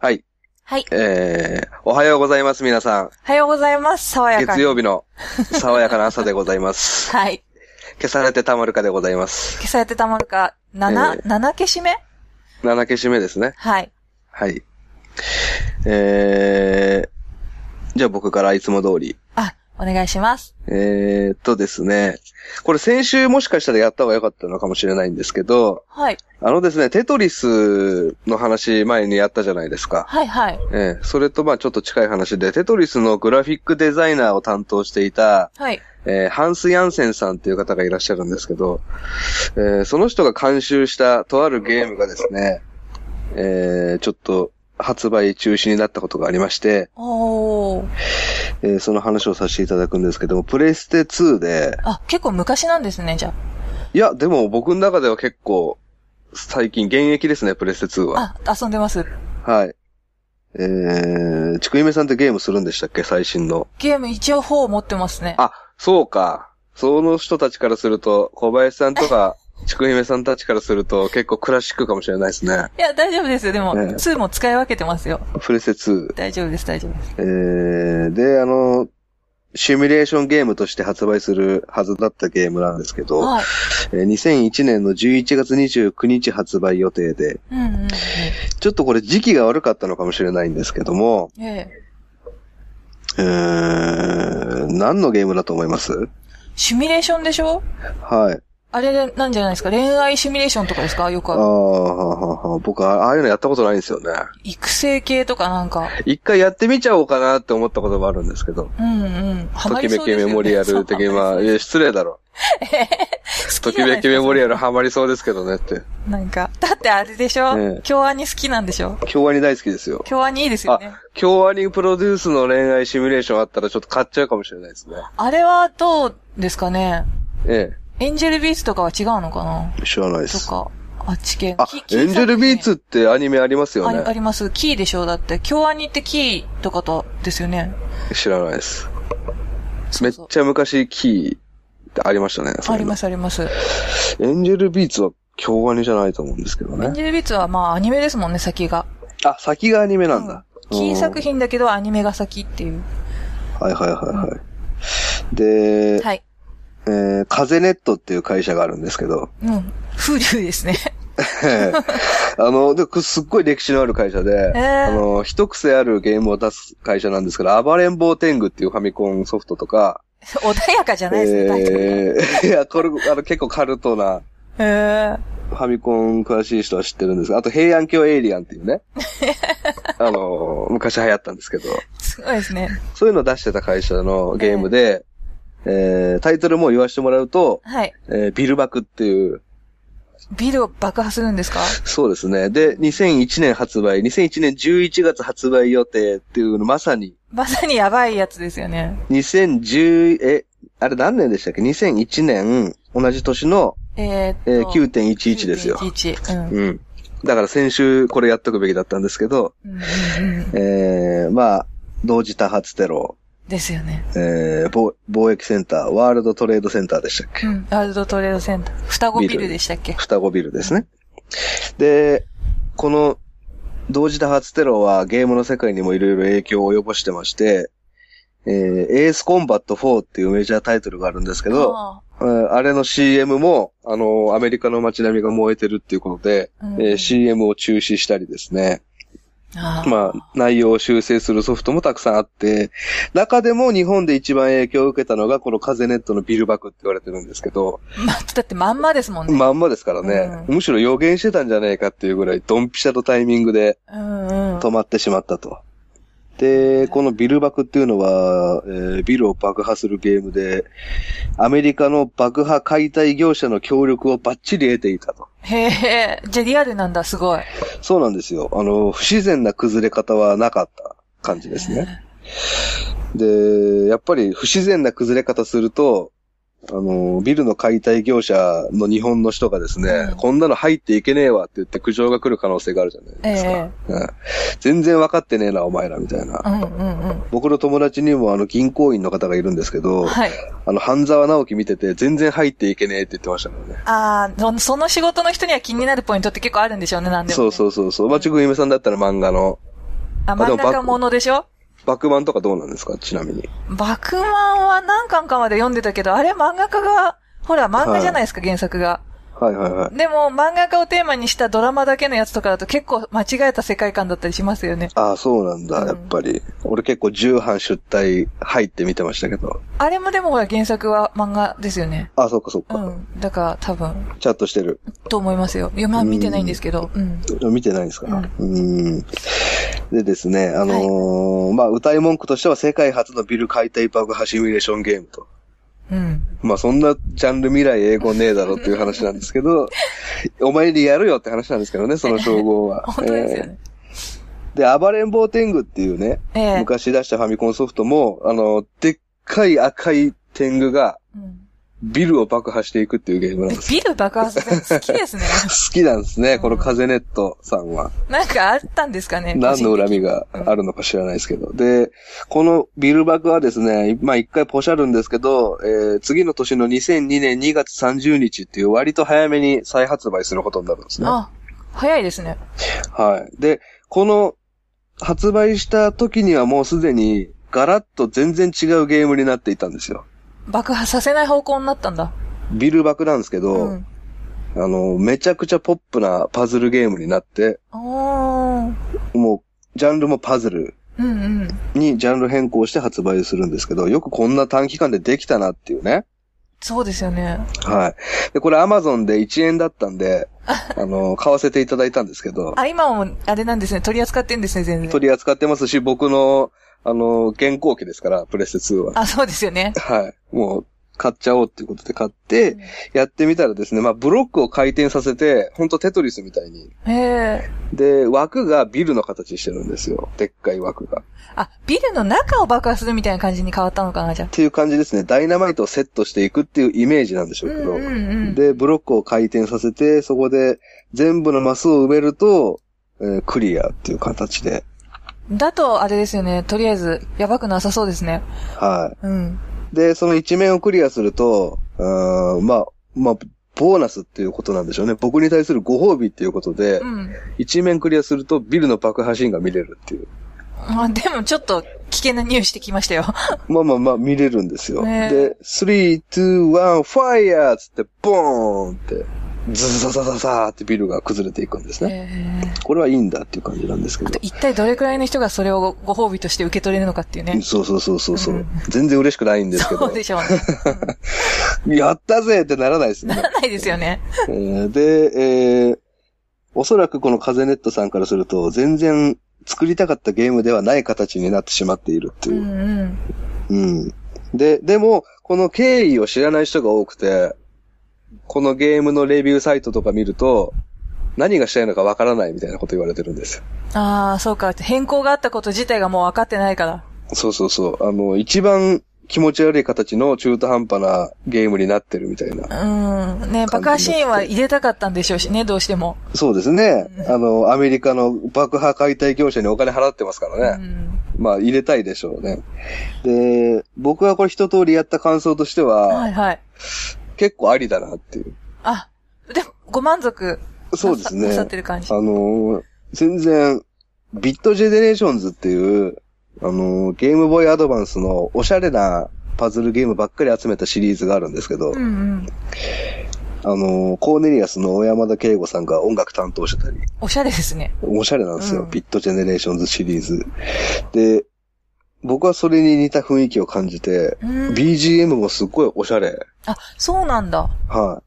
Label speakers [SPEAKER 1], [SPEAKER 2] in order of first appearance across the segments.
[SPEAKER 1] はい。
[SPEAKER 2] えー、おはようございます、皆さん。
[SPEAKER 1] おはようございます。爽やか
[SPEAKER 2] 月
[SPEAKER 1] に。
[SPEAKER 2] 曜日の爽やかな朝でございま す。
[SPEAKER 1] はい。
[SPEAKER 2] 消されてたまるかでございます。
[SPEAKER 1] 消されてたまるか、7、
[SPEAKER 2] え
[SPEAKER 1] 7消し目
[SPEAKER 2] 7消し目ですね。
[SPEAKER 1] はい。
[SPEAKER 2] はい。えー、じゃあ僕からいつも通り。
[SPEAKER 1] あ、お願いします。
[SPEAKER 2] えーっとですね。これ先週もしかしたらやった方が良かったのかもしれないんですけど、
[SPEAKER 1] はい。
[SPEAKER 2] あのですね、テトリスの話前にやったじゃないですか。
[SPEAKER 1] はいはい。
[SPEAKER 2] ええそれとまあちょっと近い話で、テトリスのグラフィックデザイナーを担当していた、
[SPEAKER 1] はい。
[SPEAKER 2] えーハンス・ヤンセンさんっていう方がいらっしゃるんですけど、えーその人が監修したとあるゲームがですね、えーちょっと発売中止になったことがありまして、
[SPEAKER 1] おー。
[SPEAKER 2] えーその話をさせていただくんですけども、プレステ2で、
[SPEAKER 1] あ、結構昔なんですね、じゃ
[SPEAKER 2] いや、でも僕の中では結構、最近現役ですね、プレステ2は。
[SPEAKER 1] あ。あ、遊んでます。
[SPEAKER 2] はい。えー、ちくゆめさんってゲームするんでしたっけ最新の。
[SPEAKER 1] ゲーム一応4持ってますね。
[SPEAKER 2] あ、そうか。その人たちからすると、小林さんと か、ちくひめさんたちからすると、結構クラシックかもしれないですね。
[SPEAKER 1] いや、大丈夫ですよ。でも、
[SPEAKER 2] ええ
[SPEAKER 1] 2も使い分けてますよ。
[SPEAKER 2] プレセ2。
[SPEAKER 1] 大丈夫です、大丈夫です。
[SPEAKER 2] えー、で、あの、シミュレーションゲームとして発売するはずだったゲームなんですけど、
[SPEAKER 1] はい。
[SPEAKER 2] えー2001年の11月29日発売予定で、
[SPEAKER 1] うんうんうん。
[SPEAKER 2] ちょっとこれ時期が悪かったのかもしれないんですけども、
[SPEAKER 1] ええ。
[SPEAKER 2] えー、何のゲームだと思います
[SPEAKER 1] シミュレーションでしょ
[SPEAKER 2] はい。
[SPEAKER 1] あれなんじゃないですか恋愛シミュレーションとかですかよく
[SPEAKER 2] あ
[SPEAKER 1] あ
[SPEAKER 2] ー
[SPEAKER 1] る
[SPEAKER 2] はははは僕、あああいうのやったことないんですよね。
[SPEAKER 1] 育成系とかなんか。
[SPEAKER 2] 一回やってみちゃおうかなって思ったこともあるんですけど。
[SPEAKER 1] うんうん。ハ
[SPEAKER 2] と
[SPEAKER 1] マ
[SPEAKER 2] き
[SPEAKER 1] り
[SPEAKER 2] め
[SPEAKER 1] そう
[SPEAKER 2] き
[SPEAKER 1] ですよね
[SPEAKER 2] メモリアル的には、いや、失礼だろ。ときめきメモリアルハマりそうですけどねって。
[SPEAKER 1] ル。なんか、だってあれでしょ、
[SPEAKER 2] ええ
[SPEAKER 1] 京アニ好きなんでしょ
[SPEAKER 2] 京アニ大好きですよ。
[SPEAKER 1] 京アニいいですよ
[SPEAKER 2] あ
[SPEAKER 1] ね。あ、
[SPEAKER 2] 京アニプロデュースの恋愛シミュレーションあったらちょっと買っちゃうかもしれないですね。
[SPEAKER 1] れはどうですかね
[SPEAKER 2] え
[SPEAKER 1] エンジェルビーツとかは違うのかな
[SPEAKER 2] え。知らないで
[SPEAKER 1] と
[SPEAKER 2] す。
[SPEAKER 1] か、あっち系。
[SPEAKER 2] あ
[SPEAKER 1] キ、キ
[SPEAKER 2] エンジェルビーツってアニメありますよ
[SPEAKER 1] ありあ
[SPEAKER 2] ね。
[SPEAKER 1] ります。キーでしょだって。京アニってキーとかと、ですよね。
[SPEAKER 2] 知らないです。
[SPEAKER 1] そ
[SPEAKER 2] め
[SPEAKER 1] う
[SPEAKER 2] っ
[SPEAKER 1] そう
[SPEAKER 2] ちゃ昔キーってありましたね。。
[SPEAKER 1] ありますす、あります。エ
[SPEAKER 2] エンジェルビーツは京アニじゃないと思うんですけど
[SPEAKER 1] ン
[SPEAKER 2] ね。
[SPEAKER 1] ジェルビーツはまあアニメですもんね、先が。
[SPEAKER 2] あ、先がアニメなんだ。
[SPEAKER 1] キー
[SPEAKER 2] うん
[SPEAKER 1] 作品だけどアニメが先っていう。
[SPEAKER 2] はいはいはいはい。で、
[SPEAKER 1] はい。
[SPEAKER 2] えー、風ネットっていう会社があるんですけ ど、
[SPEAKER 1] うん。風流ですね。
[SPEAKER 2] あの、で、くすっごい歴史のある会社で、
[SPEAKER 1] えー
[SPEAKER 2] あの、一癖あるゲームを出す会社なんですけど、暴れん坊天狗っていうファミコンソフトとか、
[SPEAKER 1] 穏やかじゃないですね、大体。
[SPEAKER 2] えー、いや、これ、あの、結構カルトな、
[SPEAKER 1] へえ。
[SPEAKER 2] ファミコン詳しい人は知ってるんですが、あと平安京エイリアンっていう ね、あの、昔流行ったんですけど、
[SPEAKER 1] すごいですね。
[SPEAKER 2] そういうのを出してた会社のゲームで、えー、タイトルも言わせてもらうと、
[SPEAKER 1] はい。
[SPEAKER 2] えービルバクっていう、
[SPEAKER 1] ビルを爆破するんですか
[SPEAKER 2] そうですね。で、2001年発売、2001年11月発売予定っていうの、まさに、
[SPEAKER 1] まさにやばいやつですよね。
[SPEAKER 2] 2010、え、あれ何年でしたっけ ?2001 年、同じ年の、
[SPEAKER 1] え
[SPEAKER 2] え
[SPEAKER 1] ー、
[SPEAKER 2] ー、9.11ですよ。
[SPEAKER 1] 9.11。うん。
[SPEAKER 2] うん。だから先週これやっとくべきだったんですけど、
[SPEAKER 1] うんうんうん
[SPEAKER 2] えー、まあ、同時多発テロ、
[SPEAKER 1] ですよね。
[SPEAKER 2] えー、貿貿易センター、ワールドトレードセンターでしたっけ
[SPEAKER 1] うん。ワールドトレードセンター。双子ビルでしたっけ
[SPEAKER 2] 双子ビルですね。で、この同時多発テロはゲームの世界にもいろいろ影響を及ぼしてまして、えー、エースコンバット4っていうメジャータイトルがあるんですけど、
[SPEAKER 1] あ
[SPEAKER 2] えーあれの CM も、あのーアメリカの街並みが燃えてるっていうことで、
[SPEAKER 1] うん
[SPEAKER 2] えー CM を中止したりですね。
[SPEAKER 1] ーあー。
[SPEAKER 2] まあ、内容を修正するソフトもたくさんあって、中でも日本で一番影響を受けたのが、この風ネットのビルバクって言われてるんですけど、
[SPEAKER 1] まあ、だってまんまですもんね。
[SPEAKER 2] まんまですからね、むしろ予言してたんじゃねえかっていうぐらい、ドンピシャのタイミングで
[SPEAKER 1] うんうん。
[SPEAKER 2] 止まってしまったと。で、このビル爆っていうのは、えービルを爆破するゲームで、アメリカの爆破解体業者の協力をバッチリ得ていたと。
[SPEAKER 1] へえ、じゃあリアルなんだ、すごい。
[SPEAKER 2] そうなんですよ。あの、不自然な崩れ方はなかった感じですね。で、やっぱり不自然な崩れ方すると、あの、ビルの解体業者の日本の人がですね、
[SPEAKER 1] うん
[SPEAKER 2] こんなの入っていけねえわって言って苦情が来る可能性があるじゃない
[SPEAKER 1] え
[SPEAKER 2] ですか。
[SPEAKER 1] え。
[SPEAKER 2] うん全然分かってねえな、お前ら、みたいな。
[SPEAKER 1] うんうんうん。
[SPEAKER 2] 僕の友達にもあの銀行員の方がいるんですけど、
[SPEAKER 1] はい。
[SPEAKER 2] あの、半沢直樹見てて全然入っていけねえって言ってましたからね。
[SPEAKER 1] ああ、そその仕事の人には気になるポイントって結構あるんでしょうね、なんでもね。
[SPEAKER 2] そうそうそうそう。まあ、ちぐいめさんだったら漫画の
[SPEAKER 1] あ、
[SPEAKER 2] で
[SPEAKER 1] 真
[SPEAKER 2] も
[SPEAKER 1] ん中ものでしょ
[SPEAKER 2] 爆漫とかどうなんですかちなみに。
[SPEAKER 1] バクマンは何巻かまで読んでたけど、あれ漫画家が、ほら漫画じゃないですか、原作が。
[SPEAKER 2] はいはいはい。
[SPEAKER 1] でも漫画家をテーマにしたドラマだけのやつとかだと結構間違えた世界観だったりしますよね。
[SPEAKER 2] ああ、そうなんだ、
[SPEAKER 1] うん
[SPEAKER 2] やっぱり。俺結構重版出体入って見てましたけど。
[SPEAKER 1] あれもでもほら原作は漫画ですよね。
[SPEAKER 2] ああ、そっかそっか。
[SPEAKER 1] うん。だから多分、
[SPEAKER 2] チャットしてる。
[SPEAKER 1] と思いますよ。読ま見てないんですけど。うん。
[SPEAKER 2] 見てないですか、うん、でですね、あのーまあ、歌い文句としては世界初のビル解体爆破シミュレーションゲームと。
[SPEAKER 1] うん。
[SPEAKER 2] まあ、そんなジャンル未来英語ねえだろっていう話なんですけど、 お前にやるよって話なんですけどね、 その称号は。
[SPEAKER 1] 本当ですよね。
[SPEAKER 2] えーで、暴れん坊天狗っていうね、
[SPEAKER 1] ええ
[SPEAKER 2] 昔出したファミコンソフトも、あの、でっかい赤い天狗が
[SPEAKER 1] うん
[SPEAKER 2] ビルを爆破していくっていうゲームなんです。
[SPEAKER 1] ビル爆発戦好きで すね。
[SPEAKER 2] 好きなんですね、この風ネットさんは。
[SPEAKER 1] なんかあったんですかね。
[SPEAKER 2] 何の恨みが
[SPEAKER 1] 個人的に
[SPEAKER 2] あるのか知らないですけど。で、このビルバクはですね、まあ一回ポシャるんですけど、えー次の年の2002年2月30日っていう割と早めに再発売することになるんですね。は
[SPEAKER 1] あ、早いですね。
[SPEAKER 2] い。で、この発売した時にはもうすでにガラッと全然違うゲームになっていたんですよ。
[SPEAKER 1] 爆破させない方向になったんだ。
[SPEAKER 2] ビルバクなんですけど、
[SPEAKER 1] うん。
[SPEAKER 2] あの、めちゃくちゃポップなパズルゲームになって、
[SPEAKER 1] おー。
[SPEAKER 2] もうジャンルもパズル
[SPEAKER 1] うんうん。
[SPEAKER 2] にジャンル変更して発売するんですけど、よくこんな短期間でできたなっていうね。
[SPEAKER 1] そうですよね。
[SPEAKER 2] はい。で、これ Amazon で1円だったんで、あの、買わせていただいたんですけど、
[SPEAKER 1] あ、今も、あれなんですね。取り扱ってんですね、全然。
[SPEAKER 2] 取り扱ってますし、僕の、あの、現行機ですから、プレステ2は。
[SPEAKER 1] あ、そうですよね。
[SPEAKER 2] はい。もう、買っちゃおうっていうことで買って、やってみたらですね、まあ、ブロックを回転させて、ほんとテトリスみたいに。
[SPEAKER 1] へえ。
[SPEAKER 2] で、枠がビルの形してるんですよ。でっかい枠が。
[SPEAKER 1] あ、ビルの中を爆破するみたいな感じに変わったのかな、じゃあ
[SPEAKER 2] っ。ていう感じですね。ダイナマイトをセットしていくっていうイメージなんでしょ
[SPEAKER 1] う
[SPEAKER 2] うけ
[SPEAKER 1] ん
[SPEAKER 2] ど。
[SPEAKER 1] うんうん。
[SPEAKER 2] で、ブロックを回転させて、そこで全部のマスを埋めると、えークリアっていう形で。
[SPEAKER 1] だと、あれですよね。とりあえず、やばくなさそうですね。
[SPEAKER 2] は
[SPEAKER 1] うん。
[SPEAKER 2] い。で、その一面をクリアすると、うーんまあ、まあ、ボーナスっていうことなんでしょうね。僕に対するご褒美っていうことで
[SPEAKER 1] う、ん。
[SPEAKER 2] 一面クリアするとビルの爆破シーンが見れるっていう。
[SPEAKER 1] まあ、でも、ちょっと、危険な匂いしてきましたよ。
[SPEAKER 2] まあまあまあ見れるんですよ。
[SPEAKER 1] ねえ
[SPEAKER 2] で、3、2、1、ファイヤーっつって、ボーンって、ズザザザザーってビルが崩れていくんですね。
[SPEAKER 1] へえ
[SPEAKER 2] これはいいんだっていう感じなんですけど
[SPEAKER 1] あと。一体どれくらいの人がそれをごご褒美として受け取れるのかっていうね。
[SPEAKER 2] そうそうそうそうそう、
[SPEAKER 1] うん
[SPEAKER 2] 全然嬉しくないんですけ
[SPEAKER 1] そ
[SPEAKER 2] ど
[SPEAKER 1] う。でしょうね。
[SPEAKER 2] やったぜってならないです ね。
[SPEAKER 1] ないですよね。
[SPEAKER 2] えーで、えーおそらくこの風ネットさんからすると、全然作りたかったゲームではない形になってしまっているって
[SPEAKER 1] う
[SPEAKER 2] い
[SPEAKER 1] ん
[SPEAKER 2] う。
[SPEAKER 1] うん。
[SPEAKER 2] うん。で、でも、この経緯を知らない人が多くて、このゲームのレビューサイトとか見ると、何がしたいのかわからないみたいなこと言われてるんですよ。
[SPEAKER 1] ああ、そうか。変更があったこと自体がもう分かってないから。
[SPEAKER 2] そうそうそう。あの、一番気持ち悪い形の中途半端なゲームになってるみたいな。
[SPEAKER 1] うん。ね、爆破シーンは入れたかったんでしょうしね、どうしても。
[SPEAKER 2] そうですね。あの、アメリカの爆破解体業者にお金払ってますから
[SPEAKER 1] う
[SPEAKER 2] ね。
[SPEAKER 1] ん。
[SPEAKER 2] まあ、入れたいでしょうね。で、僕はこれ一通りやった感想としては、
[SPEAKER 1] はいはい。
[SPEAKER 2] 結構ありだなっていう。
[SPEAKER 1] あ、でも、ご満足
[SPEAKER 2] そうです
[SPEAKER 1] な
[SPEAKER 2] ね。
[SPEAKER 1] さ
[SPEAKER 2] あ
[SPEAKER 1] ってる感じ。
[SPEAKER 2] の、全然、ビットジェネレーションズっていう、あの、ゲームボーイアドバンスのおしゃれなパズルゲームばっかり集めたシリーズがあるんですけど、
[SPEAKER 1] うんうん。
[SPEAKER 2] あの、コーネリアスの小山田圭吾さんが音楽担当してたり、
[SPEAKER 1] おしゃれですね。
[SPEAKER 2] おしゃれなんですよ。
[SPEAKER 1] うん
[SPEAKER 2] ビットジェネレーションズシリーズ。で、僕はそれに似た雰囲気を感じて、
[SPEAKER 1] うん。
[SPEAKER 2] BGM もすっごいおしゃれ。
[SPEAKER 1] あ、そうなんだ。
[SPEAKER 2] は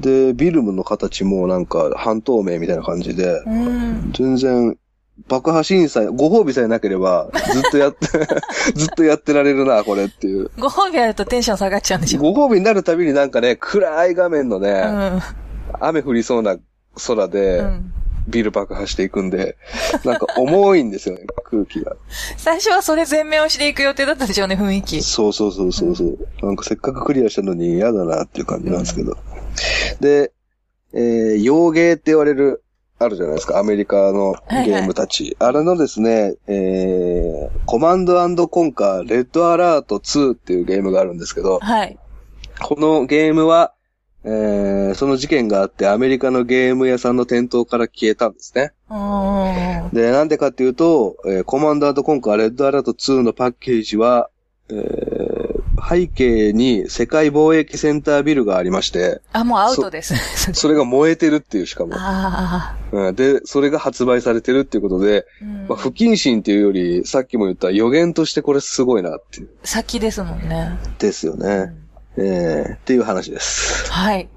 [SPEAKER 2] い。で、ビルムの形もなんか半透明みたいな感じで、
[SPEAKER 1] うん。
[SPEAKER 2] 全然、爆破シーンさえ、ご褒美さえなければ、ずっとやって、 ずっとやってられるな、これっていう。
[SPEAKER 1] ご褒美あるとテンション下がっちゃうんでしょ。
[SPEAKER 2] ご褒美になるたびになんかね、暗い画面のね、
[SPEAKER 1] うん。
[SPEAKER 2] 雨降りそうな空で、
[SPEAKER 1] うん。
[SPEAKER 2] ビル爆破していくんで、なんか重いんですよね、空気が。
[SPEAKER 1] 最初はそれ全面をしていく予定だったでしょうね、雰囲気。
[SPEAKER 2] そうそうそうそうそう。なんかせっかくクリアしたのに嫌だなっていう感じなんですけど。で、えー、洋芸って言われる、あるじゃないですか、アメリカのゲームたち。あれのですね、えー、コマンドコンカー、レッドアラート2っていうゲームがあるんですけど、
[SPEAKER 1] はい。
[SPEAKER 2] このゲームは、えーその事件があって、アメリカのゲーム屋さんの店頭から消えたんですね。
[SPEAKER 1] うん。
[SPEAKER 2] で、なんでかっていうと、えーコマンドコンカーレッドアラート2のパッケージは、えー背景に世界貿易センタービルがありまして、
[SPEAKER 1] あ、もうアウトです。
[SPEAKER 2] それが燃えてるっていうしかも。
[SPEAKER 1] ああ。
[SPEAKER 2] うんで、それが発売されてるっていうことで、
[SPEAKER 1] うん
[SPEAKER 2] まあ、不謹慎っていうより、さっきも言った予言としてこれすごいなっていう。
[SPEAKER 1] 先ですもんね。
[SPEAKER 2] ですよ
[SPEAKER 1] う
[SPEAKER 2] ね。
[SPEAKER 1] ん
[SPEAKER 2] えーっていう話です。
[SPEAKER 1] はい。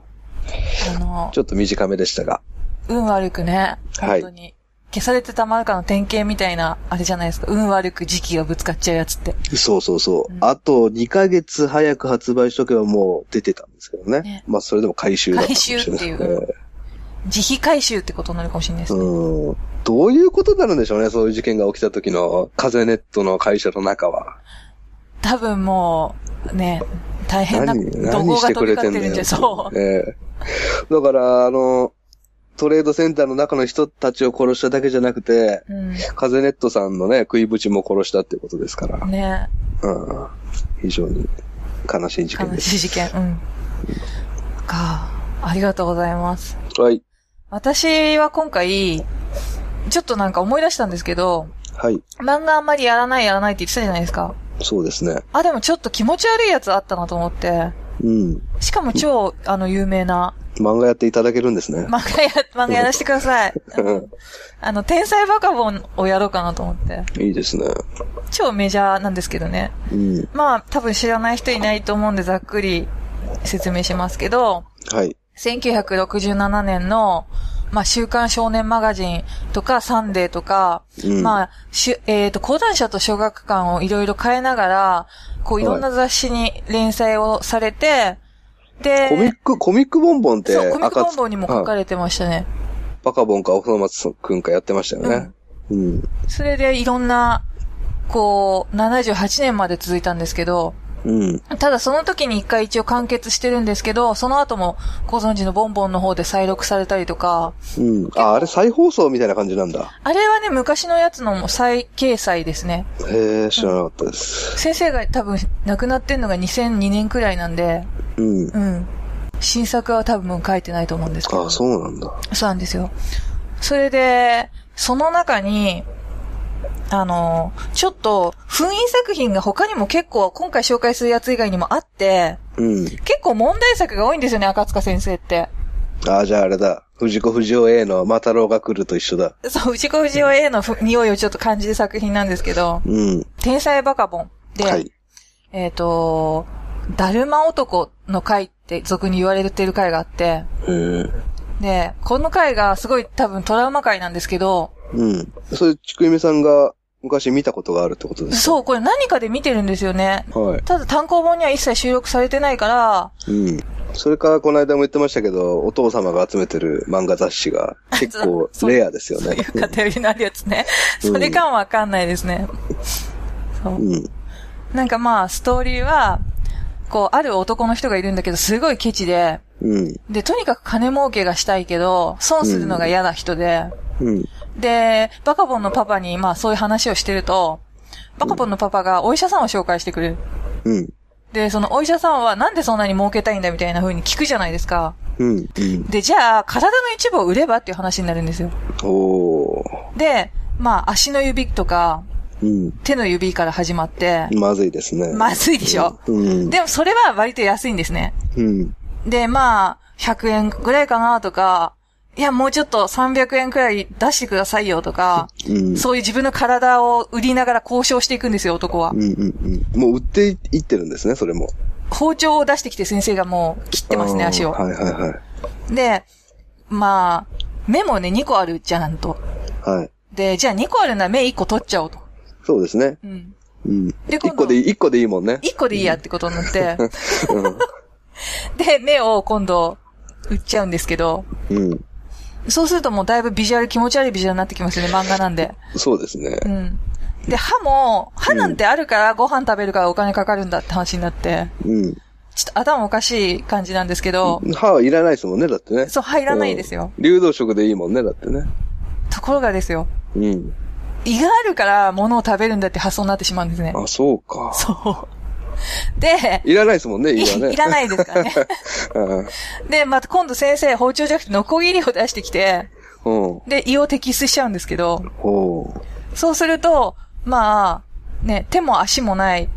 [SPEAKER 1] あの、
[SPEAKER 2] ちょっと短めでしたが。
[SPEAKER 1] 運悪くね。
[SPEAKER 2] はい
[SPEAKER 1] 本当に。消されてたまるかの典型みたいな、あれじゃないですか。運悪く時期がぶつかっちゃうやつって。
[SPEAKER 2] そうそうそう。
[SPEAKER 1] うん
[SPEAKER 2] あと2ヶ月早く発売しとけばもう出てたんですけどね。
[SPEAKER 1] ね
[SPEAKER 2] まあそれでも回収だったかもしれない。
[SPEAKER 1] 回収っていう
[SPEAKER 2] え
[SPEAKER 1] 自費回収ってことになるかもしれないです
[SPEAKER 2] え
[SPEAKER 1] ね。
[SPEAKER 2] うん。どういうことになるんでしょうね、そういう事件が起きた時の風ネットの会社の中は。
[SPEAKER 1] 多分もう、ね、大変な、
[SPEAKER 2] 何、
[SPEAKER 1] 怒
[SPEAKER 2] 何
[SPEAKER 1] 号
[SPEAKER 2] し
[SPEAKER 1] が
[SPEAKER 2] て
[SPEAKER 1] 飛
[SPEAKER 2] くれ
[SPEAKER 1] び
[SPEAKER 2] て
[SPEAKER 1] 交
[SPEAKER 2] んだ
[SPEAKER 1] ってるん
[SPEAKER 2] よ。
[SPEAKER 1] で、そう。
[SPEAKER 2] ええだから、あの、トレードセンターの中の人たちを殺しただけじゃなくて、
[SPEAKER 1] うん。
[SPEAKER 2] 風ネットさんのね、食いぶちも殺したってことですから。
[SPEAKER 1] ね
[SPEAKER 2] うん。非常に悲しい事件
[SPEAKER 1] 悲
[SPEAKER 2] です。
[SPEAKER 1] しい事件。うん。か。ありがとうございます。
[SPEAKER 2] はい。
[SPEAKER 1] 私は今回、ちょっとなんか思い出したんですけど、
[SPEAKER 2] はい。
[SPEAKER 1] 漫画あんまりやらないやらないって言ってたじゃないですか。
[SPEAKER 2] そうですね。
[SPEAKER 1] あ、でもちょっと気持ち悪いやつあったなと思って。
[SPEAKER 2] うん。
[SPEAKER 1] しかも超、あの、有名な。
[SPEAKER 2] 漫画やっていただけるんですね。
[SPEAKER 1] 漫画や、漫画やらせてください。あの、天才バカボンをやろうかなと思って。
[SPEAKER 2] いいですね。
[SPEAKER 1] 超メジャーなんですけどね。
[SPEAKER 2] うん。
[SPEAKER 1] まあ、多分知らない人いないと思うんで、ざっくり説明しますけど、
[SPEAKER 2] はい。
[SPEAKER 1] 1967年の、まあ、週刊少年マガジンとか、サンデーとか、
[SPEAKER 2] うん
[SPEAKER 1] まあ、しゅえっ、と、講談社と小学館をいろいろ変えながら、こう、いろんな雑誌に連載をされて、で、
[SPEAKER 2] コミック、コミックボンボンって、
[SPEAKER 1] そう、コミックボンボンにも書か
[SPEAKER 2] れ
[SPEAKER 1] れてましたね。
[SPEAKER 2] バカボンかおそ松くんかやってましたよね。うん。
[SPEAKER 1] それでいろんな、こう、78年まで続いたんですけど、
[SPEAKER 2] うん。
[SPEAKER 1] ただその時に一回一応完結してるんですけど、その後もご存知のボンボンの方で再録されたりとか、
[SPEAKER 2] うん。あ、あれ再放送みたいな感じなんだ。
[SPEAKER 1] あれはね、昔のやつの再掲載ですね。
[SPEAKER 2] へえ、知らなかったです。
[SPEAKER 1] 先生が多分亡くなってんのが2002年くらいなんで、
[SPEAKER 2] うん。
[SPEAKER 1] うん。新作は多分書いてないと思うんですけど。
[SPEAKER 2] あ、そうなんだ。
[SPEAKER 1] そうなんですよ。それで、その中に、あの、ちょっと、封印作品が他にも結構、今回紹介するやつ以外にもあって、
[SPEAKER 2] うん。
[SPEAKER 1] 結構問題作が多いんですよね、赤塚先生って。
[SPEAKER 2] あ、じゃああれだ。藤子不二雄 A のマタロウが来ると一緒だ。
[SPEAKER 1] そう、内子藤尾 A のふ匂いをちょっと感じる作品なんですけど、
[SPEAKER 2] うん。
[SPEAKER 1] 天才バカボンで、
[SPEAKER 2] はい。
[SPEAKER 1] えっ、と、だるま男の回って俗に言われてる回があって、
[SPEAKER 2] へえ。
[SPEAKER 1] で、この回がすごい多分トラウマ回なんですけど、
[SPEAKER 2] うん。それ、ちくゆめさんが昔見たことがあるってことです
[SPEAKER 1] そう、これ何かで見てるんですよね。
[SPEAKER 2] かはい。
[SPEAKER 1] ただ単行本には一切収録されてないから、
[SPEAKER 2] うん。それからこの間も言ってましたけど、お父様が集めてる漫画雑誌が結構
[SPEAKER 1] そう
[SPEAKER 2] レアですよ
[SPEAKER 1] そうい
[SPEAKER 2] ね。
[SPEAKER 1] う偏りのあるやつね。
[SPEAKER 2] うん
[SPEAKER 1] それかもわかんないですね。そう
[SPEAKER 2] うん。
[SPEAKER 1] なんかまあ、ストーリーは、こう、ある男の人がいるんだけど、すごいケチで、
[SPEAKER 2] うん。
[SPEAKER 1] で、とにかく金儲けがしたいけど、損するのが嫌な人で、
[SPEAKER 2] うん。
[SPEAKER 1] で、バカボンのパパに、まあそういう話をしてると、バカボンのパパがお医者さんを紹介してくれる。
[SPEAKER 2] うん。
[SPEAKER 1] で、そのお医者さんはなんでそんなに儲けたいんだみたいな風に聞くじゃないですか。
[SPEAKER 2] うん。うん。
[SPEAKER 1] で、じゃあ、体の一部を売ればっていう話になるんですよ。
[SPEAKER 2] おー。
[SPEAKER 1] で、まあ、足の指とか、
[SPEAKER 2] うん。
[SPEAKER 1] 手の指から始まって、
[SPEAKER 2] まずいですね。
[SPEAKER 1] まずいでしょ。
[SPEAKER 2] うん。
[SPEAKER 1] でも、それは割と安いんですね。
[SPEAKER 2] うん。
[SPEAKER 1] で、まあ、100円ぐらいかなとか、いや、もうちょっと300円くらい出してくださいよとか、
[SPEAKER 2] うん。
[SPEAKER 1] そういう自分の体を売りながら交渉していくんですよ、男は
[SPEAKER 2] う。ん。うん。うん。もう売っていいってるんですね、それも。
[SPEAKER 1] 包丁を出してきて先生がもう切ってますね、
[SPEAKER 2] あー
[SPEAKER 1] 足を。
[SPEAKER 2] はいはいはい。
[SPEAKER 1] で、まあ、目もね、2個あるじゃんと。
[SPEAKER 2] はい。
[SPEAKER 1] で、じゃあ2個あるなら目1個取っちゃおうと。
[SPEAKER 2] そうですね。
[SPEAKER 1] うん。
[SPEAKER 2] うん。
[SPEAKER 1] で
[SPEAKER 2] 一
[SPEAKER 1] 今度
[SPEAKER 2] 個でいい、一個でいいもんね。
[SPEAKER 1] 1個でいいやってことになって、
[SPEAKER 2] うん
[SPEAKER 1] で、目を今度、売っちゃうんですけど、
[SPEAKER 2] うん。
[SPEAKER 1] そうするともうだいぶビジュアル気持ち悪いビジュアルになってきますよね、漫画なんで。
[SPEAKER 2] そうですね
[SPEAKER 1] う。ん。で、歯も、歯なんてあるからご飯食べるからお金かかるんだって話になって、
[SPEAKER 2] うん。
[SPEAKER 1] ちょっと頭おかしい感じなんですけど、
[SPEAKER 2] 歯はいらないですもんね、だってね。
[SPEAKER 1] そう、入らないですよ。
[SPEAKER 2] うん。流動食でいいもんね、だってね。
[SPEAKER 1] ところがですよ、
[SPEAKER 2] うん。
[SPEAKER 1] 胃があるから物を食べるんだって発想になってしまうんですね。
[SPEAKER 2] あ、そうか。
[SPEAKER 1] そう。で、
[SPEAKER 2] いらないですもんね、
[SPEAKER 1] い
[SPEAKER 2] 今ね。
[SPEAKER 1] いらないですからね。で、また今度先生、包丁じゃなくてノコギリを出してきて、
[SPEAKER 2] うん。うん。
[SPEAKER 1] で、胃を摘出しちゃうんですけど、
[SPEAKER 2] ほう。
[SPEAKER 1] そうすると、まあ、ね、手も足もない。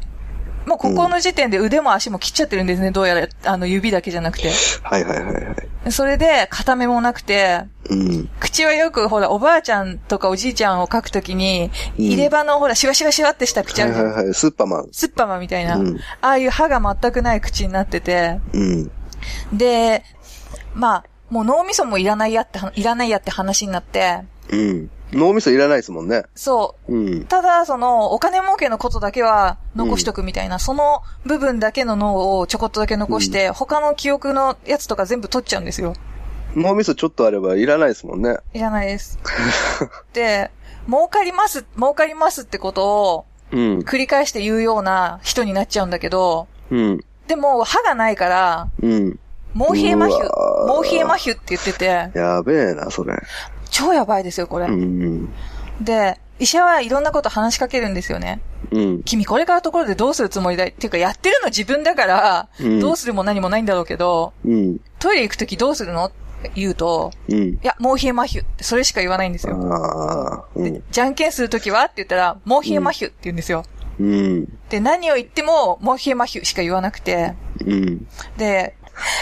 [SPEAKER 1] もうここの時点で腕も足も切っちゃってるんですね、どうやら、あの、指だけじゃなくて。
[SPEAKER 2] はいはいはいはい。
[SPEAKER 1] それで、片目もなくて、
[SPEAKER 2] うん。
[SPEAKER 1] 口はよく、ほら、おばあちゃんとかおじいちゃんを描くときに、
[SPEAKER 2] うん
[SPEAKER 1] 入れ歯のほら、シワシワシワってした口あ
[SPEAKER 2] はい
[SPEAKER 1] るじゃん
[SPEAKER 2] はいはい。スーパーマン。
[SPEAKER 1] スッパマみたいな、
[SPEAKER 2] うん
[SPEAKER 1] ああいう歯が全くない口になってて、
[SPEAKER 2] うん。
[SPEAKER 1] で、まあ、もう脳みそもいらないやって、いらないやって話になって、
[SPEAKER 2] うん。脳みそいらないですもんね。
[SPEAKER 1] そう、
[SPEAKER 2] うん。
[SPEAKER 1] ただ、その、お金儲けのことだけは残しとくみたいな、その部分だけの脳をちょこっとだけ残して、他の記憶のやつとか全部取っちゃうんですよ。
[SPEAKER 2] 脳みそちょっとあればいらないですもんね。
[SPEAKER 1] いらないです。で、儲かります、儲かりますってことを
[SPEAKER 2] うん。
[SPEAKER 1] 繰り返して言うような人になっちゃうんだけど、
[SPEAKER 2] うん。
[SPEAKER 1] でも、歯がないから、
[SPEAKER 2] うん。
[SPEAKER 1] モーヒエマヒュ
[SPEAKER 2] うわ、ー
[SPEAKER 1] モーヒエマヒュって言ってて、
[SPEAKER 2] やべえな、それ。
[SPEAKER 1] 超やばいですよ、これ。
[SPEAKER 2] うん。
[SPEAKER 1] で、医者はいろんなこと話しかけるんですよね。
[SPEAKER 2] うん。
[SPEAKER 1] 君これからところでどうするつもりだいっていうか、やってるの自分だから、
[SPEAKER 2] うん
[SPEAKER 1] どうするも何もないんだろうけど、
[SPEAKER 2] うん。
[SPEAKER 1] トイレ行くときどうするのって言うと、
[SPEAKER 2] うん。
[SPEAKER 1] いや、モーヒエマヒュってそれしか言わないんですよ。
[SPEAKER 2] ああ。う
[SPEAKER 1] で
[SPEAKER 2] ん。
[SPEAKER 1] じゃんけんするときはって言ったら、モーヒエマヒュって言うんですよ。
[SPEAKER 2] うん。
[SPEAKER 1] で、何を言っても、モーヒエマヒュしか言わなくて、
[SPEAKER 2] うん。
[SPEAKER 1] で、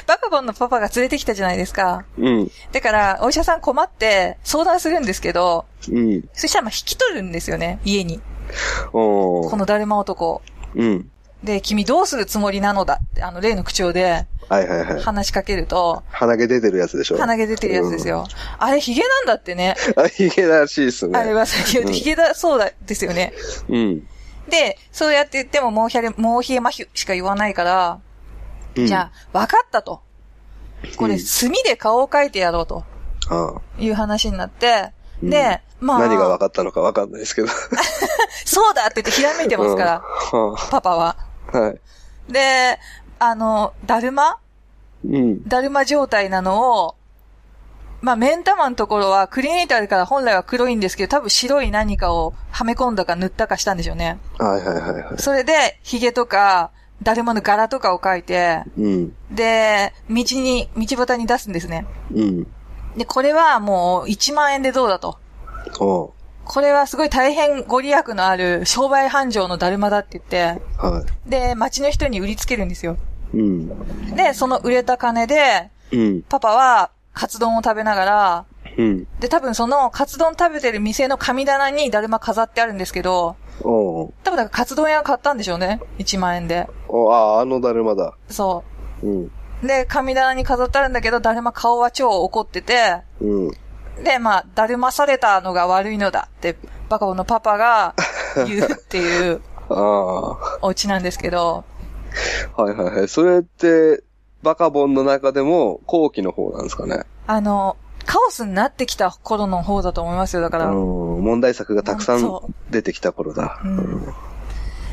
[SPEAKER 1] バカボンのパパが連れてきたじゃないですか。
[SPEAKER 2] うん。
[SPEAKER 1] だから、お医者さん困って相談するんですけど、
[SPEAKER 2] うん。
[SPEAKER 1] そしたらまあ引き取るんですよね、家に。
[SPEAKER 2] お
[SPEAKER 1] こ
[SPEAKER 2] ー。
[SPEAKER 1] のだるま男を。
[SPEAKER 2] うん。
[SPEAKER 1] で、君どうするつもりなのだって、あの、例の口調で
[SPEAKER 2] はいはいはい。
[SPEAKER 1] 話しかけると、
[SPEAKER 2] 鼻毛出てるやつでしょ。
[SPEAKER 1] 鼻毛出てるやつですよ。あれ、ヒゲなんだってね。
[SPEAKER 2] うん。あ、ヒゲらしいですね。
[SPEAKER 1] あれはさっき言って、ヒゲだ、そうだ、ですよね。
[SPEAKER 2] うん。
[SPEAKER 1] で、そうやって言っても、もうひゃれ、もうひえまひゅしか言わないから、
[SPEAKER 2] うん。
[SPEAKER 1] じゃあ、わかったと。こ
[SPEAKER 2] う
[SPEAKER 1] れ、
[SPEAKER 2] ん
[SPEAKER 1] 墨で顔を描いてやろうと
[SPEAKER 2] ああ。
[SPEAKER 1] いう話になって、
[SPEAKER 2] うん
[SPEAKER 1] で、まあ、
[SPEAKER 2] 何が分かったのか分かんないですけど。
[SPEAKER 1] そうだって言ってひらめいてますから、
[SPEAKER 2] うんは
[SPEAKER 1] パパは。
[SPEAKER 2] あはい。
[SPEAKER 1] で、あの、だるま
[SPEAKER 2] うん。
[SPEAKER 1] だるま状態なのを、まあ、目ん玉のところは、クリエイターから本来は黒いんですけど、多分白い何かをはめ込んだか塗ったかしたんでしょうね。
[SPEAKER 2] はいはいはいはい。
[SPEAKER 1] それで、ヒゲとか、だるまの柄とかを描いて、
[SPEAKER 2] うん。
[SPEAKER 1] で、道に、道端に出すんですね。
[SPEAKER 2] うん。
[SPEAKER 1] で、これはもう1万円でどうだと。
[SPEAKER 2] おう
[SPEAKER 1] これはすごい大変ご利益のある商売繁盛のだるまだって言って、
[SPEAKER 2] は
[SPEAKER 1] で、町の人に売りつけるんですよ。
[SPEAKER 2] い。うん。
[SPEAKER 1] で、その売れた金で、
[SPEAKER 2] うん。
[SPEAKER 1] パパはカツ丼を食べながら、
[SPEAKER 2] うん。
[SPEAKER 1] で、多分そのカツ丼食べてる店の神棚にだるま飾ってあるんですけど、
[SPEAKER 2] おう
[SPEAKER 1] 多分だからカツ丼屋が買ったんでしょうね。1万円で。
[SPEAKER 2] おうああ、あのだるまだ。
[SPEAKER 1] そ
[SPEAKER 2] うん。
[SPEAKER 1] う。で、神棚に飾ってあるんだけど、だるま顔は超怒ってて、
[SPEAKER 2] うん。
[SPEAKER 1] で、まあ、だるまされたのが悪いのだって、バカボンのパ パが言うっていう
[SPEAKER 2] ああ。は
[SPEAKER 1] お家なんですけど、
[SPEAKER 2] いはいはい。それって、バカボンの中でも後期の方なんですかね。
[SPEAKER 1] あの、カオスになってきた頃の方だと思いますよ、だか
[SPEAKER 2] う
[SPEAKER 1] ら。
[SPEAKER 2] ん。問題作がたくさん
[SPEAKER 1] そ
[SPEAKER 2] 出てきた頃だ。
[SPEAKER 1] う
[SPEAKER 2] うんん。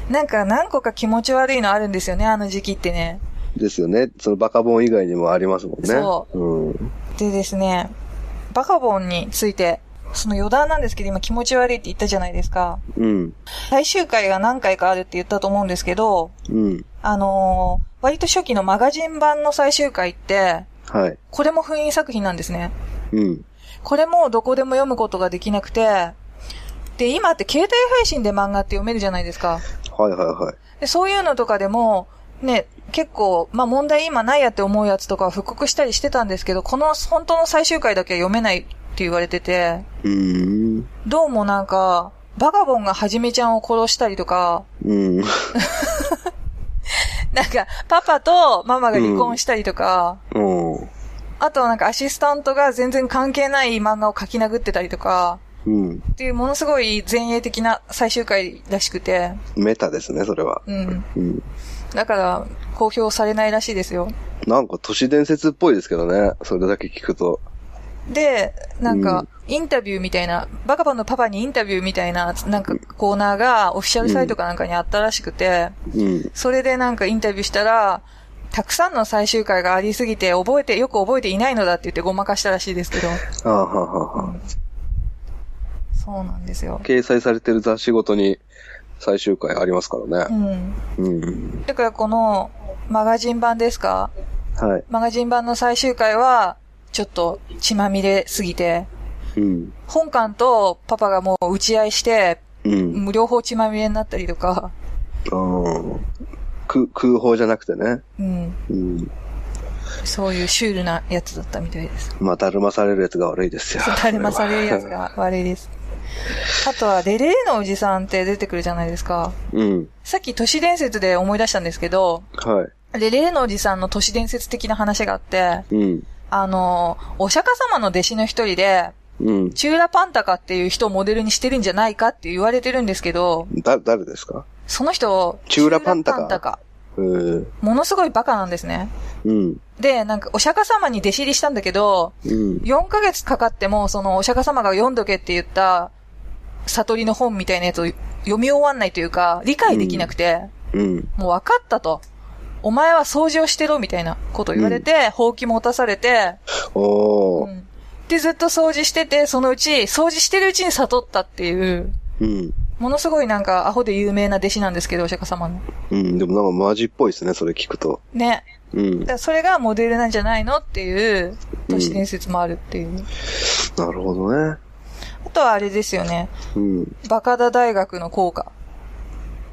[SPEAKER 1] なんか何個か気持ち悪いのあるんですよね、あの時期ってね。
[SPEAKER 2] ですよね。そのバカボン以外にもありますもんね。。
[SPEAKER 1] そう
[SPEAKER 2] うん。
[SPEAKER 1] でですね、バカボンについて、その余談なんですけど、今気持ち悪いって言ったじゃないですか。
[SPEAKER 2] うん。
[SPEAKER 1] 最終回が何回かあるって言ったと思うんですけど、
[SPEAKER 2] うん。
[SPEAKER 1] あのー割と初期のマガジン版の最終回って、
[SPEAKER 2] はい。
[SPEAKER 1] これも封印作品なんですね。
[SPEAKER 2] うん。
[SPEAKER 1] これもどこでも読むことができなくて、で、今って携帯配信で漫画って読めるじゃないですか。
[SPEAKER 2] はいはいはい。
[SPEAKER 1] でそういうのとかでも、ね、結構、まあ問題今ないやって思うやつとかは復刻したりしてたんですけど、この本当の最終回だけは読めないって言われてて、
[SPEAKER 2] うーん。
[SPEAKER 1] どうもなんか、バガボンがはじめちゃんを殺したりとか、
[SPEAKER 2] うん。
[SPEAKER 1] なんか、パパとママが離婚したりとか、
[SPEAKER 2] うん。
[SPEAKER 1] あとはなんかアシスタントが全然関係ない漫画を書き殴ってたりとか、
[SPEAKER 2] うん。
[SPEAKER 1] っていうものすごい前衛的な最終回らしくて、
[SPEAKER 2] メタですね、それは。
[SPEAKER 1] うん。
[SPEAKER 2] うん。
[SPEAKER 1] だから、公表されないらしいですよ。
[SPEAKER 2] なんか都市伝説っぽいですけどね、それだけ聞くと。
[SPEAKER 1] で、なん
[SPEAKER 2] う
[SPEAKER 1] か
[SPEAKER 2] ん、
[SPEAKER 1] インタビューみたいな、バカバンのパパにインタビューみたいな、なんかコーナーがオフィシャルサイトかなんかにあったらしくて、
[SPEAKER 2] うん。
[SPEAKER 1] それでなんかインタビューしたら、たくさんの最終回がありすぎて、覚えて、よく覚えていないのだって言ってごまかしたらしいですけど。
[SPEAKER 2] あーはーはーはー
[SPEAKER 1] そうなんですよ。
[SPEAKER 2] 掲載されてる雑誌ごとに、最終回ありますから
[SPEAKER 1] う
[SPEAKER 2] ね。
[SPEAKER 1] ん。
[SPEAKER 2] うん。
[SPEAKER 1] だからこの、マガジン版ですか
[SPEAKER 2] はい。
[SPEAKER 1] マガジン版の最終回は、ちょっと血まみれすぎて、
[SPEAKER 2] うん。
[SPEAKER 1] 本館とパパがもう打ち合いして、
[SPEAKER 2] うん。
[SPEAKER 1] もう両方血まみれになったりとか、
[SPEAKER 2] うん。空、空砲じゃなくてね。
[SPEAKER 1] うん。
[SPEAKER 2] うん。
[SPEAKER 1] そういうシュールなやつだったみたい です。
[SPEAKER 2] まあ、だるまされるやつが悪いですよ。
[SPEAKER 1] だるまされるやつが悪いです。あとは、レレーのおじさんって出てくるじゃないですか。
[SPEAKER 2] うん。
[SPEAKER 1] さっき都市伝説で思い出したんですけど、
[SPEAKER 2] は
[SPEAKER 1] レレーのおじさんの都市伝説的な話があって、
[SPEAKER 2] い。うん。
[SPEAKER 1] あの、お釈迦様の弟子の一人で、
[SPEAKER 2] うん。
[SPEAKER 1] チューラパンタカっていう人をモデルにしてるんじゃないかって言われてるんですけど、
[SPEAKER 2] だ、誰ですか
[SPEAKER 1] その人、
[SPEAKER 2] チューラパンタカ
[SPEAKER 1] チューラパ
[SPEAKER 2] えー、
[SPEAKER 1] ものすごいバカなんですね。
[SPEAKER 2] うん。
[SPEAKER 1] で、なんかお釈迦様に弟子入りしたんだけど、
[SPEAKER 2] うん。
[SPEAKER 1] 4ヶ月かかっても、そのお釈迦様が読んどけって言った、悟りの本みたいなやつを読み終わんないというか、理解できなくて、
[SPEAKER 2] うん。
[SPEAKER 1] もう分かったと。お前は掃除をしてろみたいなこと言われて、ほうき持たされて、
[SPEAKER 2] お
[SPEAKER 1] う
[SPEAKER 2] ー。
[SPEAKER 1] んで、ずっと掃除してて、そのうち、掃除してるうちに悟ったっていう、
[SPEAKER 2] うん。
[SPEAKER 1] ものすごいなんかアホで有名な弟子なんですけど、お釈迦様の。
[SPEAKER 2] うん。でもなんかマジっぽいですね、それ聞くと。
[SPEAKER 1] ね。
[SPEAKER 2] うん
[SPEAKER 1] だか。らそれがモデルなんじゃないのっていう、都市伝説もあるっていう。
[SPEAKER 2] なるほどね。
[SPEAKER 1] あとはあれですよね。
[SPEAKER 2] うん。
[SPEAKER 1] バカダ大学の効果。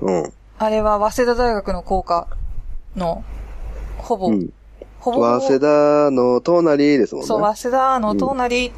[SPEAKER 2] うん。
[SPEAKER 1] あれは、早稲田大学の校歌の、ほぼ、
[SPEAKER 2] うん。
[SPEAKER 1] ほぼほぼ、
[SPEAKER 2] 早稲田の隣ですもんね。
[SPEAKER 1] そう、早稲田の隣、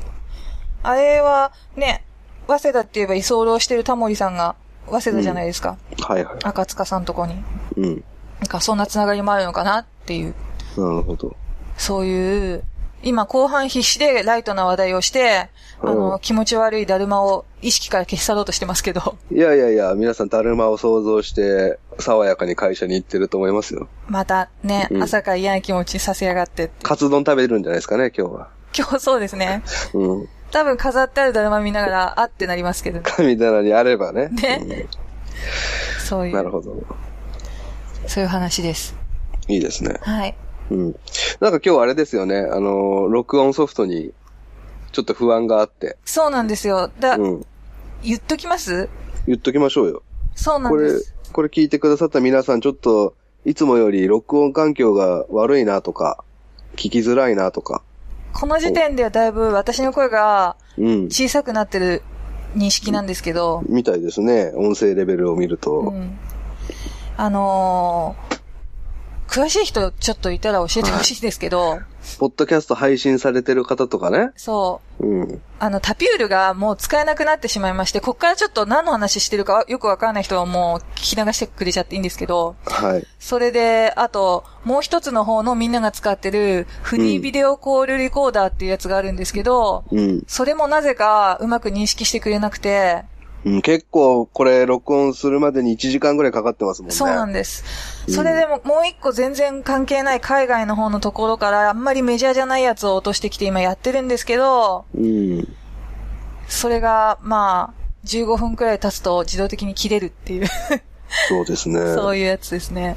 [SPEAKER 1] あれは、ね、早稲田って言えば居候してるタモリさんが、早稲田じゃないですか。
[SPEAKER 2] はいは
[SPEAKER 1] 赤塚さんとこに。
[SPEAKER 2] い。うん。
[SPEAKER 1] なんか、そんなつながりもあるのかなっていう、
[SPEAKER 2] なるほど。
[SPEAKER 1] そういう、今、後半必死でライトな話題をして、あの、
[SPEAKER 2] うん
[SPEAKER 1] 気持ち悪いだるまを意識から消し去ろうとしてますけど、
[SPEAKER 2] いやいやいや、皆さん、だるまを想像して、爽やかに会社に行ってると思いますよ。
[SPEAKER 1] またね、
[SPEAKER 2] うん
[SPEAKER 1] 朝から嫌な気持ちさせやがってって。
[SPEAKER 2] カツ丼食べるんじゃないですかね、今日は。
[SPEAKER 1] 今日そうですね。
[SPEAKER 2] うん。
[SPEAKER 1] 多分飾ってあるだるま見ながら、あってなりますけど、
[SPEAKER 2] 神棚にあればね。
[SPEAKER 1] ねそう
[SPEAKER 2] うん
[SPEAKER 1] い
[SPEAKER 2] な
[SPEAKER 1] う
[SPEAKER 2] る、ほど。
[SPEAKER 1] そういう話です。
[SPEAKER 2] いいですね。
[SPEAKER 1] はい。
[SPEAKER 2] うん。なんか今日あれですよね、あの、録音ソフトに、ちょっと不安があって。
[SPEAKER 1] そうなんですよ。だ、
[SPEAKER 2] うん。
[SPEAKER 1] 言っときます
[SPEAKER 2] 言っときましょうよ。
[SPEAKER 1] そうな
[SPEAKER 2] こ
[SPEAKER 1] んで
[SPEAKER 2] れ
[SPEAKER 1] す。、
[SPEAKER 2] これ聞いてくださった皆さん、ちょっと、いつもより録音環境が悪いなとか、聞きづらいなとか。
[SPEAKER 1] この時点ではだいぶ私の声が
[SPEAKER 2] うん。
[SPEAKER 1] 小さくなってる認識なんですけど、
[SPEAKER 2] みたいですね。音声レベルを見る
[SPEAKER 1] う
[SPEAKER 2] と。
[SPEAKER 1] ん。あのー、詳しい人ちょっといたら教えてほしいんですけど、
[SPEAKER 2] ポッドキャスト配信されてる方とかね。
[SPEAKER 1] そう。
[SPEAKER 2] うん。
[SPEAKER 1] あの、タピュールがもう使えなくなってしまいまして、こっからちょっと何の話してるかよくわからない人はもう聞き流してくれちゃっていいんですけど、
[SPEAKER 2] はい。
[SPEAKER 1] それで、あと、もう一つの方のみんなが使ってる、フリービデオコールリコーダーっていうやつがあるんですけど、
[SPEAKER 2] うん。
[SPEAKER 1] それもなぜかうまく認識してくれなくて、
[SPEAKER 2] うん、結構、これ、録音するまでに1時間ぐらいかかってますもんね。
[SPEAKER 1] そうなん
[SPEAKER 2] で
[SPEAKER 1] です。
[SPEAKER 2] うん
[SPEAKER 1] それでも、もう一個全然関係ない海外の方のところから、あんまりメジャーじゃないやつを落としてきて今やってるんですけど、
[SPEAKER 2] す。うん。
[SPEAKER 1] それが、まあ、15分くらい経つと自動的に切れるっていう、
[SPEAKER 2] そうですね。
[SPEAKER 1] そういうやつですね。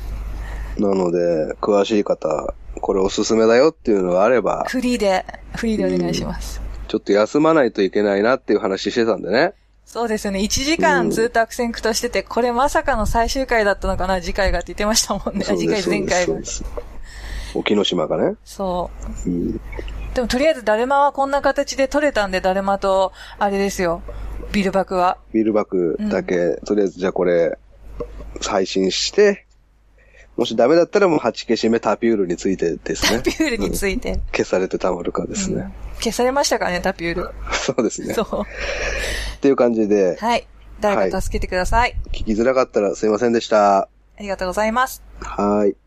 [SPEAKER 2] なので、詳しい方、これおすすめだよっていうのがあれば、
[SPEAKER 1] フリーで、フリーでお願いします。
[SPEAKER 2] ちょっと休まないといけないなっていう話してたんでね。
[SPEAKER 1] そうですよね。1時間ずっと悪戦苦闘してて、これまさかの最終回だったのかな、次回がって言ってましたもんね。
[SPEAKER 2] そ
[SPEAKER 1] あ
[SPEAKER 2] う
[SPEAKER 1] 次
[SPEAKER 2] で
[SPEAKER 1] 回
[SPEAKER 2] す
[SPEAKER 1] 前回
[SPEAKER 2] そ
[SPEAKER 1] が
[SPEAKER 2] うで。すそうです沖ノ島がね。
[SPEAKER 1] そう。
[SPEAKER 2] うん。
[SPEAKER 1] でもとりあえず、だるまはこんな形で撮れたんで、だるまと、あれですよ。ビルバクは。
[SPEAKER 2] ビルバクだけ、とりあえずじゃあこれ、配信して、もしダメだったらもう8消し目タピュールについてですね。
[SPEAKER 1] ビュールについて。
[SPEAKER 2] 消されてたまるかです
[SPEAKER 1] う
[SPEAKER 2] ね
[SPEAKER 1] ん。消されましたからね、タピュー
[SPEAKER 2] そうです
[SPEAKER 1] ル。
[SPEAKER 2] ね。
[SPEAKER 1] そ
[SPEAKER 2] っていう感じで
[SPEAKER 1] う。、はい。誰か助けてください。
[SPEAKER 2] 聞きづらかったらすいませんでした。
[SPEAKER 1] ありがとうございます。
[SPEAKER 2] はーい。